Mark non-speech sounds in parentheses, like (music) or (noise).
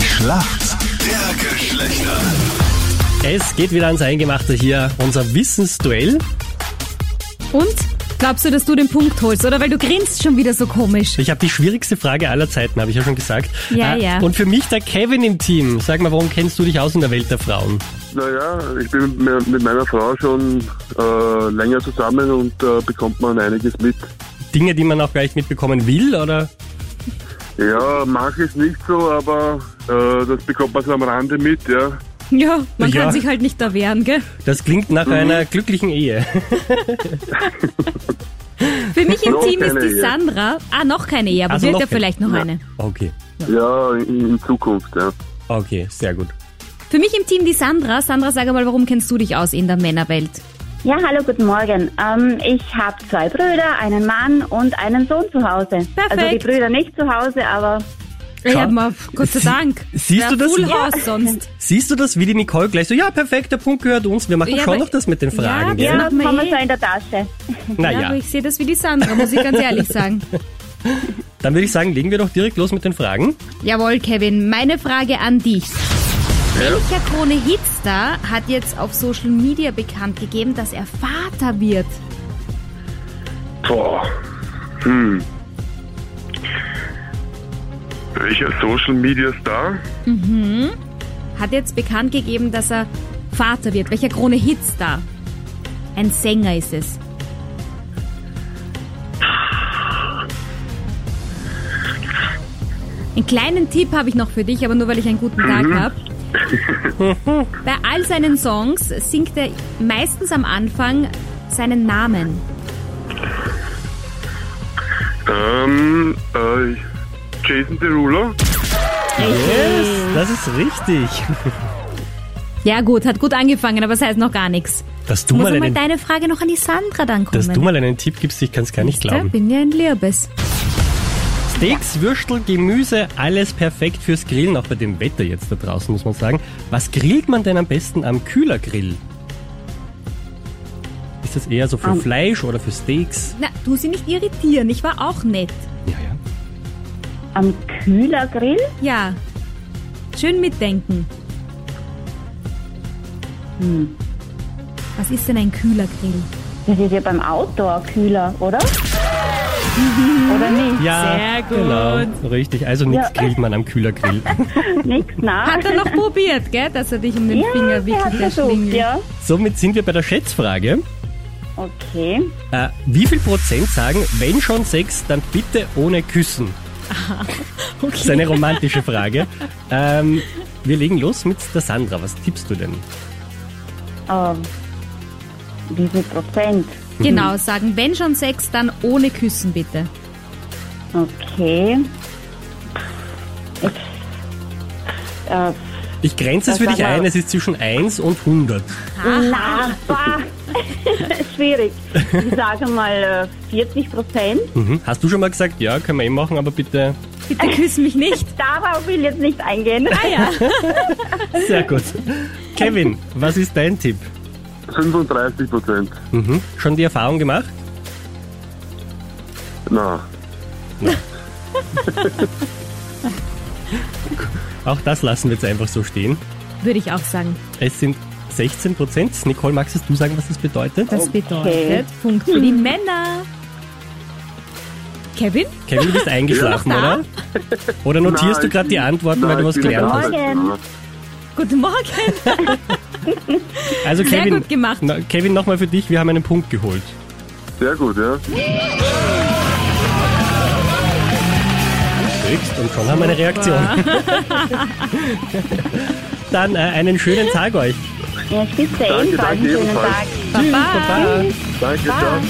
Schlacht der Geschlechter. Es geht wieder ans Eingemachte hier, unser Wissensduell. Und? Glaubst du, dass du den Punkt holst, oder? Weil du grinst schon wieder so komisch. Ich habe die schwierigste Frage aller Zeiten, habe ich ja schon gesagt. Ja, Äh, ja. Und für mich der Kevin im Team. Sag mal, warum kennst du dich aus in der Welt der Frauen? Naja, ich bin mit- mit meiner Frau schon äh, länger zusammen und äh, bekommt man einiges mit. Dinge, die man auch gleich mitbekommen will, oder? Ja, mache ich nicht so, aber äh, das bekommt man so am Rande mit, ja. Ja, man Ja. kann sich halt nicht da wehren, gell? Das klingt nach Mhm. einer glücklichen Ehe. (laughs) Für mich im Noch Team ist keine die Ehe. Sandra. Ah, noch keine Ehe, aber Also wird noch ja keine. vielleicht noch eine. Okay, Ja, in, in Zukunft, ja. okay, sehr gut. Für mich im Team die Sandra. Sandra, sag mal, warum kennst du dich aus in der Männerwelt? Ja, hallo, guten Morgen. Ähm, ich habe zwei Brüder, einen Mann und einen Sohn zu Hause. Also die Perfekt. Brüder nicht zu Hause, aber Ja, ma, Gott sei Sie- Dank. siehst Wär du das? Full Ja. (laughs) House sonst. Siehst du das, wie die Nicole gleich so, ja, perfekt, der Punkt gehört uns, wir machen Ja, schon aber- noch das mit den Ja, Fragen. gell? ja. ja, macht man kommen wir eh. so in der Tasche. ja, Naja, aber ich sehe das wie die Sandra, muss ich ganz (laughs) ehrlich sagen. dann würde ich sagen, legen wir doch direkt los mit den Fragen. Jawohl, Kevin, meine Frage an dich. Welcher Krone Hitstar hat jetzt auf Social Media bekannt gegeben, dass er Vater wird? Boah. Hm. Welcher Social Media Star? Hat jetzt bekannt gegeben, dass er Vater wird. Welcher Krone Hitstar? Ein Sänger ist es. Einen kleinen Tipp habe ich noch für dich, aber nur weil ich einen guten Tag Mhm. (laughs) habe. Bei all seinen Songs singt er meistens am Anfang seinen Namen. Ähm, äh, Jason Derulo? Yes, das ist richtig. Ja gut, hat gut angefangen, aber es heißt noch gar nichts. Dass du, Muss mal einmal einen, deine Frage noch an die Sandra dann kommen. dass du mal einen Tipp gibst, ich kann es gar nicht ja, glauben. bin ja ein Liebes. Steaks, Würstel, Gemüse, alles perfekt fürs Grillen, auch bei dem Wetter jetzt da draußen, muss man sagen. Was grillt man denn am besten am Kühlergrill? Ist das eher so für Fleisch oder für Steaks? Na, du sie nicht irritieren, ich war auch nett. Ja, ja. Am Kühlergrill? Ja. Schön mitdenken. Hm. Was ist denn ein kühler Grill? Das ist ja beim Outdoor-Kühler, (laughs) oder? oder nicht? Ja, Sehr gut. genau. Richtig, also nichts grillt man am (laughs) Kühlergrill. Nichts, na? Hat er (laughs) noch probiert, gell, dass er dich um den ja, Finger der hat wickelt, der versucht, Schlingel. ja. Somit sind wir bei der Schätzfrage. Okay. Äh, wie viel Prozent sagen, wenn schon Sex, dann bitte ohne Küssen? (laughs) Das ist eine romantische Frage. ähm, wir legen los mit der Sandra. Was tippst du denn? Ähm, wie viel Prozent? Genau, sagen, wenn schon Sex, dann ohne Küssen (laughs) bitte. Okay. Ich, äh, Ich grenze es Das für dich war- ein, es ist zwischen 1 und 100. Na, bah. (laughs) schwierig. Ich sage mal äh, 40 Prozent. Mhm. Hast du schon mal gesagt, ja, können wir eh machen, aber bitte. Bitte küss mich nicht. Darauf will ich jetzt nicht eingehen. Sehr (laughs) gut. Kevin, was ist dein Tipp? 35 Prozent. Mhm. Schon die Erfahrung gemacht? Na, Auch das lassen wir jetzt einfach so stehen. Würde ich auch sagen. Es sind 16 Prozent. Nicole, magst du sagen, was das bedeutet? Das bedeutet Punkt für Hm. die Männer. Kevin? Kevin, (laughs) du bist eingeschlafen, Noch da? oder? Oder notierst Nein, du gerade die Antworten, weil na, du was ich bin gelernt am hast? Arbeiten, Morgen. ja. Guten Morgen. Also Sehr Kevin, gut gemacht. Na, Kevin, nochmal für dich, wir haben einen Punkt geholt. Sehr gut, ja. Kriegst und schon haben wir eine Reaktion. (laughs) Dann äh, einen schönen Tag euch. Ja, es gibt ja Danke, ebenfalls einen danke, schönen ebenfalls. Tag. Tschüss, Baba. Danke, ciao.